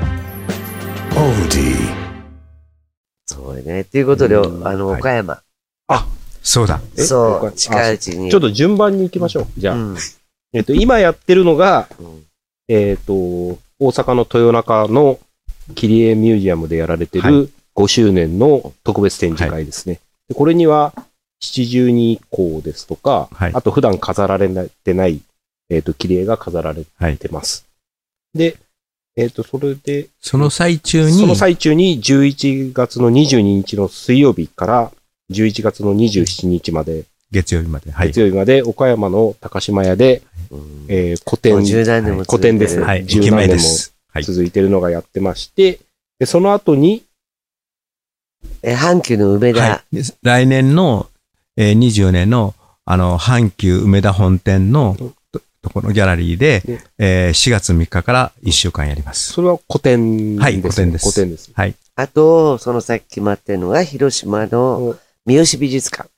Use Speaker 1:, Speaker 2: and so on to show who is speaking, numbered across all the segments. Speaker 1: オーディ
Speaker 2: そうよね。ということで、
Speaker 3: うん
Speaker 2: あの、
Speaker 3: はい
Speaker 2: 岡山。
Speaker 1: そうだ。
Speaker 3: え
Speaker 2: そ
Speaker 3: 岡
Speaker 2: う、
Speaker 3: 山
Speaker 2: 近いうちに。
Speaker 3: ちょっと順番に行きましょう。じゃあ、
Speaker 2: うん
Speaker 3: えっと、今やってるのが、
Speaker 2: うん
Speaker 3: えっ、と、大阪の豊中のキリエミュージアムでやられて
Speaker 1: は
Speaker 3: る5周年の特別展示会ですね。でこれには、72校ですとか、
Speaker 1: はい
Speaker 3: あと普段飾られてない、えっ、と、切り絵が飾られ
Speaker 1: はい。
Speaker 3: てます。で、えっ、と、それで、
Speaker 1: その最中に、
Speaker 3: その最中に11月の22日の水曜日から11月の27日まで、
Speaker 1: 月曜日まで。はい。
Speaker 3: 月曜日まで岡山の高島屋で、
Speaker 2: うん
Speaker 3: えー、個
Speaker 2: もう
Speaker 3: 展
Speaker 2: 10代でも続いてる。
Speaker 3: 古典ですね
Speaker 1: はい。
Speaker 3: 柔
Speaker 1: 駅
Speaker 3: 軟
Speaker 1: 前
Speaker 3: でも
Speaker 1: です。はい。
Speaker 3: 続いてるのがやってまして、でその後に、
Speaker 2: え、阪急の梅
Speaker 1: は
Speaker 2: 田。
Speaker 1: い、です来年の、えー、24年の、あの、阪急梅田本店の
Speaker 3: うん
Speaker 1: とところのギャラリーで
Speaker 3: で、
Speaker 1: えー4月3日から1週間やります。
Speaker 3: それは古典です、ね。
Speaker 1: はい古典です
Speaker 3: 古典です。
Speaker 2: あと、そのさっき決まってるのが、広島
Speaker 3: う
Speaker 2: の
Speaker 3: ん
Speaker 2: 三好美術館。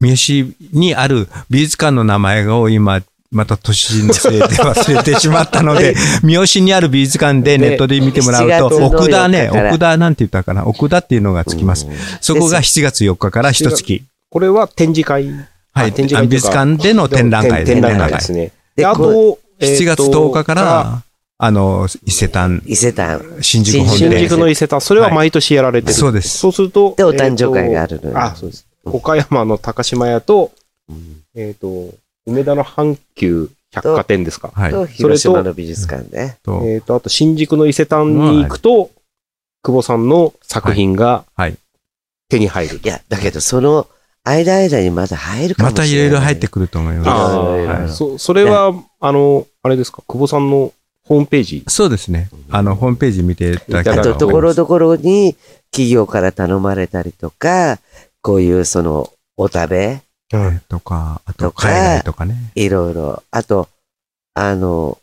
Speaker 1: 三好にある美術館の名前を今、また年のせいで忘れてしまったので、三好にある美術館で
Speaker 3: で
Speaker 1: ネットで見てもらう
Speaker 2: 7月
Speaker 1: と、
Speaker 2: の
Speaker 1: 奥田ね、
Speaker 2: 4日から
Speaker 1: 奥田なんて言ったかな、奥田っていうのがつきます。
Speaker 2: うん。
Speaker 1: そこが7月4日から一月。
Speaker 3: これは展示会。
Speaker 1: はい。
Speaker 3: 展示会というか
Speaker 1: 美術館での展覧会
Speaker 3: 展
Speaker 2: 展
Speaker 3: 覧
Speaker 2: 覧
Speaker 3: 会
Speaker 2: 会
Speaker 3: ですね。
Speaker 2: で
Speaker 3: で、あ、
Speaker 2: こと
Speaker 3: え
Speaker 1: 7
Speaker 3: ー
Speaker 1: 月
Speaker 3: と
Speaker 1: 10日から、あの、伊勢丹、
Speaker 2: 伊勢丹。
Speaker 1: 新宿本
Speaker 3: 新
Speaker 1: 店
Speaker 3: 宿。の伊勢丹、それは毎年やられてる。
Speaker 1: そうです
Speaker 3: そうすると、
Speaker 2: で、お誕生会があ
Speaker 3: る。
Speaker 2: るのよ。
Speaker 3: あ、そうです。岡山の高島屋と、
Speaker 2: うん
Speaker 3: えっ、と、梅田の阪急百貨店ですか。
Speaker 1: はい。
Speaker 2: と、広島の美術館ね。
Speaker 1: と
Speaker 3: えっ、と、あと新宿の伊勢丹に行くと、久保さんの作品が
Speaker 1: はいはい
Speaker 3: 手に入る。
Speaker 2: いや、だけど、その、間間にまだ入るかも
Speaker 1: ま
Speaker 2: しれ
Speaker 1: た
Speaker 2: ない。
Speaker 1: いろいろ入ってくると思い
Speaker 2: あ
Speaker 1: ま
Speaker 2: ー
Speaker 3: あ
Speaker 2: いろいろ
Speaker 3: あ
Speaker 1: いろ
Speaker 3: そ、それは、あの、あれですか、久保さんのホームページ。
Speaker 1: す。そうですね。あの、ホームページ見ていただけ
Speaker 2: あ
Speaker 1: た
Speaker 2: と、
Speaker 1: ら
Speaker 2: と
Speaker 1: と思
Speaker 2: こ
Speaker 1: い
Speaker 2: ろ
Speaker 1: ます。
Speaker 2: どころに企業から頼まれたりとか、こういうその、お食べ、
Speaker 1: えーとか、あと
Speaker 2: とか
Speaker 1: 海外とかね。
Speaker 2: いろいろ。あと、あの、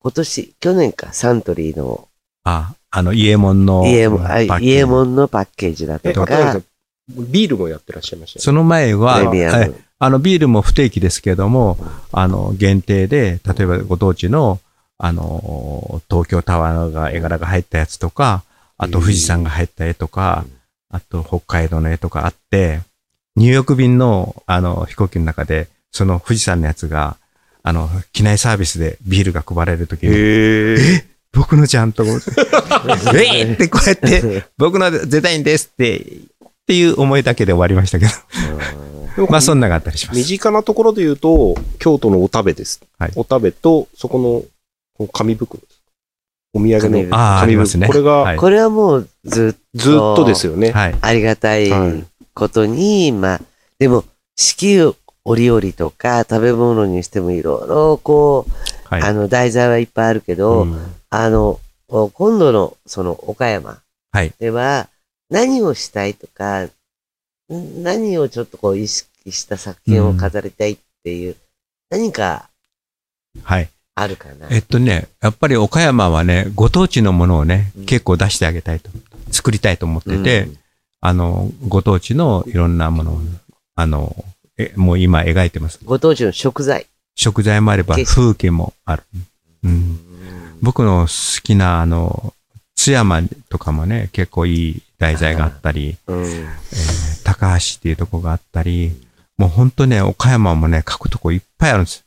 Speaker 2: 今年、去年か、サントリーの
Speaker 1: あ、あの、伊右衛門の。
Speaker 2: イエモンあ
Speaker 1: パッケージ
Speaker 2: イエモンのパッケージだ
Speaker 3: え、
Speaker 2: と
Speaker 3: 渡辺さ
Speaker 2: か
Speaker 3: ん、、ビールもやってらっしゃいましたよね
Speaker 1: その前は、
Speaker 2: プレミア
Speaker 1: え
Speaker 2: ム。
Speaker 1: あの、ビールも不定期ですけれども、あの、限定で、例えばご当地の、あの、東京タワーが絵柄が入ったやつとか、あと富士山が入った絵とか、あと北海道の絵とかあって、ニューヨーク便の、あの、飛行機の中で、その富士山のやつが、あの、機内サービスでビールが配られるときに、
Speaker 3: え
Speaker 1: 僕のちゃん と、えーってこうやって、 僕のデザインですって、っていう思いだけで終わりました けど、まあそんながあったりしま
Speaker 3: 身
Speaker 1: す。
Speaker 3: 近なところで言うと、京都のお食べです。
Speaker 1: はい
Speaker 3: お食べと、そこのこの紙袋です。お土産の
Speaker 2: 紙
Speaker 1: ああ、あ
Speaker 3: 紙
Speaker 1: りま
Speaker 3: 袋。
Speaker 1: すね。
Speaker 3: これが
Speaker 1: はい
Speaker 2: これ はもうずっ
Speaker 3: ずっとですよね。
Speaker 1: はい。
Speaker 2: ありがたい
Speaker 3: はい
Speaker 2: ことに、まあ、でも、四季折々とか、食べ物にしてもいろいろ、こう、
Speaker 1: はい。
Speaker 2: あの、題材はいっぱいあるけど、
Speaker 1: うん
Speaker 2: あの、お今度の、その、岡山
Speaker 1: はい
Speaker 2: では、何をしたいとか、ん何をちょっとこう、意識した作品を飾りたいっていう、何か
Speaker 1: はい。
Speaker 2: あるかな。
Speaker 1: えっとね、やっぱり岡山はね、ご当地のものをね
Speaker 2: うん、
Speaker 1: 結構出してあげたいと、作りたいと思ってて、
Speaker 2: うん
Speaker 1: あの、ご当地のいろんなものを、あの、えもう今描いてます。
Speaker 2: ご当地の食材。
Speaker 1: 食材もあれば
Speaker 2: 景色
Speaker 1: 風景もある。うん。 僕の好きな、あの、津山とかもね、結構いい題材があったり、
Speaker 2: うん
Speaker 1: 高橋っていうとこがあったり、もうほんとね、岡山もね、書くとこいっぱいあるんです。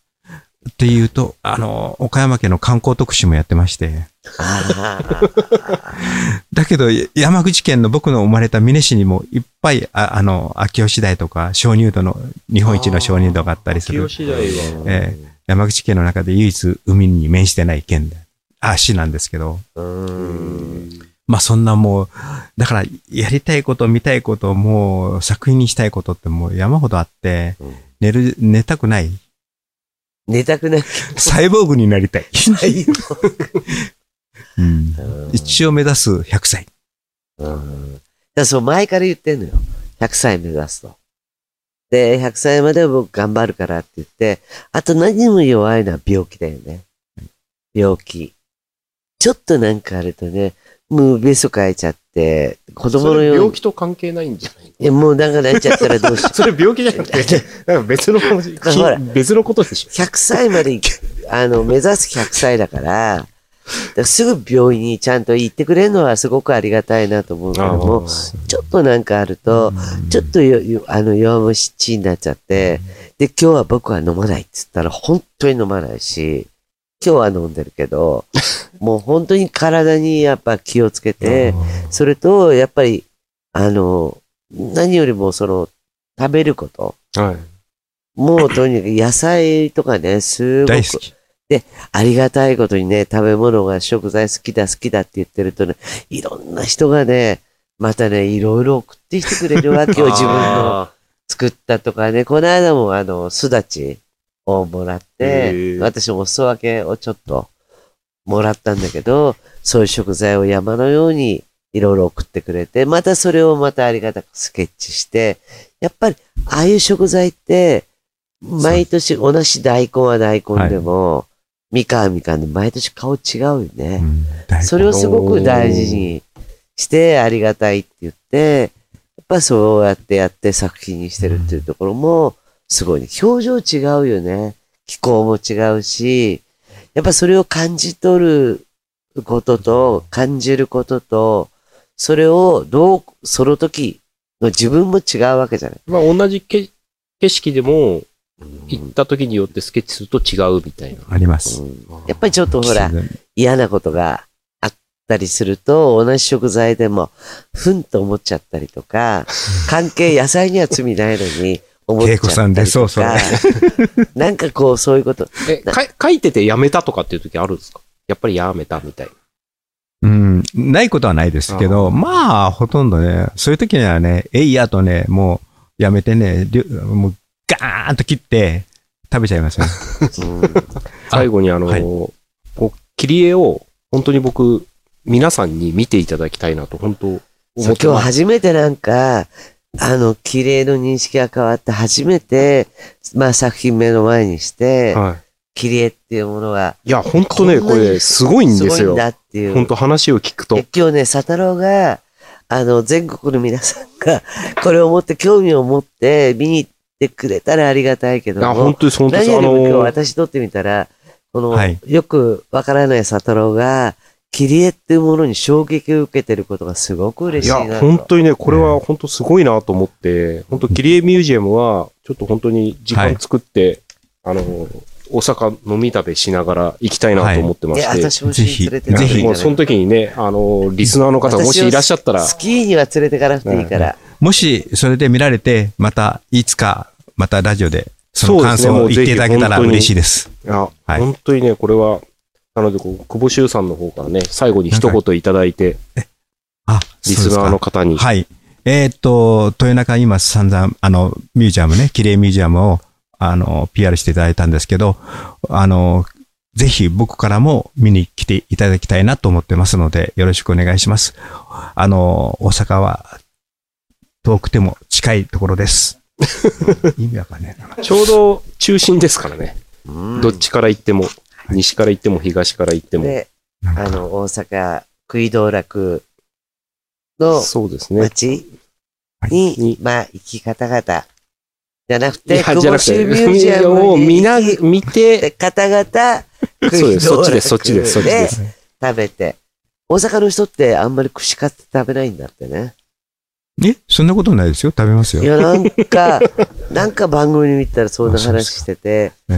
Speaker 1: っていうと、あの、岡山県の観光特集もやってまして、
Speaker 2: あー
Speaker 1: だけど、や山口県の僕の生まれた美祢市にもいっぱい、ああの、秋吉台とか、鍾乳洞の、日本一の鍾乳洞があったりする。
Speaker 3: 吉台は、
Speaker 1: ええ山口県の中で唯一海に面してない県で、あ、市なんですけど、
Speaker 2: うん
Speaker 1: まあそんなもう、だからやりたいこと、見たいこと、もう作品にしたいことってもう山ほどあって、
Speaker 2: うん
Speaker 1: 寝る、寝たく ない。
Speaker 2: 寝たくない。
Speaker 1: サイボーグになりたい。 うん一応目指す100歳。
Speaker 2: うんだからそう、前から言ってんのよ。100歳目指すと。で、100歳まで僕頑張るからって言って、あと何にも弱いのは病気だよね。病気。ちょっとなんかあるとね、もうベソ変えちゃって、子供
Speaker 3: そ
Speaker 2: の
Speaker 3: れ
Speaker 2: よう
Speaker 3: 病
Speaker 2: に
Speaker 3: 気と関係ないん じゃない。
Speaker 2: いやもうなんかなっちゃったらどうしよう。
Speaker 3: それ病気じゃなくて、 なんか別の、
Speaker 2: らほら
Speaker 3: 別のことでしょ。
Speaker 2: 100歳まで、あの、目指す100歳だから、からすぐ病院にちゃんと行ってくれるのはすごくありがたいなと思うけども、ちょっとなんかあると、ちょっとよよあの弱虫ちになっちゃって、で、今日は僕は飲まないって言ったら本当に飲まないし、今日は飲んでる けど、もう本当に体にやっぱ気をつけて、それと、やっぱり、あの、何よりもその、食べること。
Speaker 3: はい。
Speaker 2: もうとにかく野菜と かね、すごく
Speaker 1: 大好き。
Speaker 2: ありがたいことにね、食べ物が食材好きだ好きだって言ってるとね、いろんな人がね、またね、いろいろ送ってきてくれる わけよ、自分の
Speaker 3: あ
Speaker 2: 作ったとかね、この間もあの、すだちをもらって、
Speaker 3: へー
Speaker 2: 私もお裾分けをちょっともらったんだけど、そういう食材を山のようにいろいろ送ってくれて、またそれをまたありがたくスケッチして、やっぱり、ああいう食材って、毎年同じ大根は大根でも、みかんはみかんで毎年顔違うよね。
Speaker 1: うん大好き
Speaker 2: それをすごく大事にして、ありがたいって言って、やっぱそうやってやって作品にしてるっていうところも、すごいね。表情違うよね。気候も違うし、やっぱそれを感じ取ることと、感じることと、それをどう、その時の自分も違うわけじゃない。
Speaker 3: ーまあ、同じけ景色でも、行った時によってスケッチすると違うみたいな。
Speaker 1: あります。
Speaker 2: うんやっぱりちょっとほら、
Speaker 1: 自然
Speaker 2: 嫌なことがあったりすると、同じ食材でも、ふんと思っちゃったりと か、関係、野菜には罪ないのに、思っちゃったりとか。
Speaker 1: 恵子さん出そうそれ
Speaker 2: なんかこう、そういうこと。
Speaker 3: え、か書いててやめたとかっていう時あるんですかやっぱりやめたみたいな。
Speaker 1: うん、ないことはないですけど、まあ、ほとんどね、そういう時にはね、えいやとね、もうやめてね、りゅもうガーンと切って食べちゃいます ね。
Speaker 2: うん
Speaker 3: 最後にあの、
Speaker 1: はい
Speaker 3: こう、切り絵を、本当に僕、皆さんに見ていただきたいなと、本当思
Speaker 2: そう
Speaker 3: って
Speaker 2: 今日
Speaker 3: ます。
Speaker 2: 初めてなんか、あの、綺麗の認識が変わって、初めて、まあ作品目の前にして、
Speaker 3: は
Speaker 2: 切り絵っていうものが、
Speaker 3: い。いや、本当ね、
Speaker 2: こん
Speaker 3: こ
Speaker 2: なに
Speaker 3: れ、すごいん
Speaker 2: す
Speaker 3: で
Speaker 2: ご
Speaker 3: す
Speaker 2: いん
Speaker 3: よ。
Speaker 2: だっていう。
Speaker 3: 本当話を聞くと
Speaker 2: え。今日ね、佐太郎が、あの、全国の皆さんが、これを持って、興味を持って、見に行ってくれたらありがたいけども、
Speaker 3: あ、本当です、本当
Speaker 2: 何
Speaker 3: です。
Speaker 2: よ
Speaker 3: あ
Speaker 2: りも今日
Speaker 3: の、
Speaker 2: 私撮ってみたら、この、
Speaker 1: はい
Speaker 2: よくわからない佐太郎が、切り絵っていうものに衝撃を受けてることがすごく嬉し
Speaker 3: い
Speaker 2: いなと。
Speaker 3: や、本当にね、これは本当すごいなと思って、本当、切り絵ミュージアムは、ちょっと本当に時間作って、あの、大阪飲み食べしながら行きたいなと思ってま
Speaker 2: いや、
Speaker 3: して。
Speaker 2: 私も一緒に連れてって
Speaker 1: ぜ
Speaker 2: も
Speaker 1: ひ
Speaker 2: いいん
Speaker 3: もう
Speaker 2: じゃ
Speaker 3: そ
Speaker 2: な
Speaker 3: の
Speaker 2: い
Speaker 3: 時にね、あの、リスナーの方、もしいらっしゃったら、
Speaker 2: スキーには連れてかなくていいから。
Speaker 1: もし、それで見られて、また、いつか、またラジオで、その感想
Speaker 3: そ
Speaker 1: を
Speaker 3: うですねも
Speaker 1: 言っ
Speaker 3: うぜひ
Speaker 1: ていただけたら
Speaker 3: 本当に
Speaker 1: 嬉しいです。
Speaker 3: いや、
Speaker 1: はい
Speaker 3: 本当にね、これは、なのでこう、久保修さんの方からね、最後に一言いただいて、
Speaker 1: あ、
Speaker 3: リ
Speaker 1: そう
Speaker 3: ス
Speaker 1: です
Speaker 3: ナー
Speaker 1: か
Speaker 3: の方に。
Speaker 1: はい。えーっと、豊中今散々、あの、ミュージアムね、綺麗ミュージアムを、あの、PR していただいたんですけど、あの、ぜひ僕からも見に来ていただきたいなと思ってますので、よろしくお願いします。あの、大阪は、遠くても近いところ です。意味わかんないな。
Speaker 3: ちょうど中心ですからね。
Speaker 2: うん
Speaker 3: どっちから行っても、西から行っても、東から行っても。
Speaker 2: で、あの、大阪、食い道楽の
Speaker 3: そうですね。
Speaker 2: 街
Speaker 1: はい
Speaker 2: に
Speaker 3: に、
Speaker 2: まあ、生き方々、じゃなく
Speaker 3: い
Speaker 2: て、
Speaker 3: や
Speaker 2: 久
Speaker 3: じ
Speaker 2: 保
Speaker 3: ゃなく
Speaker 2: 州
Speaker 3: て
Speaker 2: ミュージアム
Speaker 3: を見な、
Speaker 2: 行
Speaker 3: 見
Speaker 2: って
Speaker 3: て、
Speaker 2: 方々、
Speaker 3: そうです
Speaker 2: 食い道楽
Speaker 3: そっちですそっちですそっちです
Speaker 2: 食べて。大阪の人ってあんまり串カツ食べないんだってね。
Speaker 1: え、そんなことないですよ。食べますよ。
Speaker 2: いや、なんか、 なんか番組見たらそんな話してて、
Speaker 1: ええ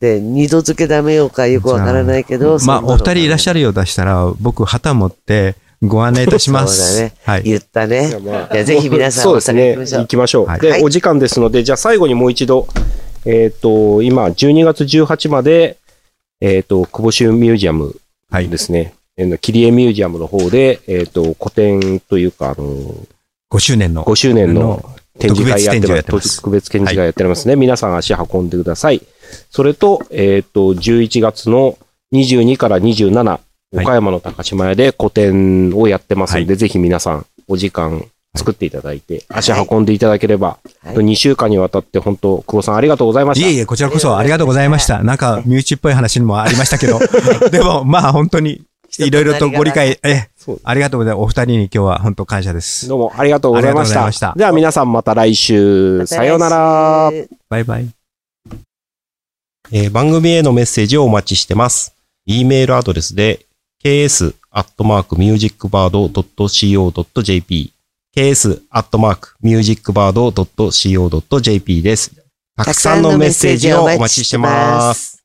Speaker 2: で、二度漬けダメよかよくわからないけど、
Speaker 1: まあ、お二人いらっし
Speaker 2: ゃ
Speaker 1: ゃるようでしたら、僕、旗持ってご案内いたしま
Speaker 2: そう
Speaker 1: す。
Speaker 2: だね
Speaker 1: はい。
Speaker 2: 言ったね。
Speaker 3: いやまあ
Speaker 2: いやぜひ皆さん
Speaker 3: そうですね。
Speaker 2: お酒行
Speaker 3: 行きましょ
Speaker 1: は
Speaker 3: う。
Speaker 1: い
Speaker 2: は
Speaker 3: で
Speaker 2: い、
Speaker 3: お時間ですので、じゃあ最後にもう一度、えっと、今、12月18まで、えっと、久保州ミュージアム
Speaker 1: はい
Speaker 3: で。すね。えー切り絵ミュージアムの方で、えっと、個展というか、あの、
Speaker 1: 5周年の
Speaker 3: 5周年の展示会やって
Speaker 1: 特別展示を
Speaker 3: ま
Speaker 1: やってます
Speaker 3: す特別展示会やってますね。皆さん足運んでください。それと、えっ、と、11月の22から27、
Speaker 1: い
Speaker 3: 岡山の高島屋で個展をやってますので、ぜひ皆さんお時間作っていただいて、足運んでいただければ、
Speaker 2: はい
Speaker 3: 2週間にわたって本当、久保さんありがとうございまし
Speaker 1: い
Speaker 3: た。
Speaker 1: えいえ、こちらこそありがとうございました。なんか、身内っぽい話にもありました けど、でも、まあ、本当に、いろいろとご理解、え
Speaker 3: そう、
Speaker 1: ありがとうございます。お二人に今日は本当感謝です。
Speaker 3: どうもありがとうございま
Speaker 1: ありがとうご
Speaker 3: し
Speaker 1: ざい
Speaker 3: た。
Speaker 1: ました
Speaker 3: では皆さんまた来週、
Speaker 2: また来週
Speaker 3: さようなら。
Speaker 1: バイバイ。
Speaker 4: えー番組へのメッセージをお待ちしてます。e メールアドレスで、
Speaker 3: ks.musicbird.co.jp ks.musicbird.co.jp です。たくさんのメッセージをお待ちしてます。。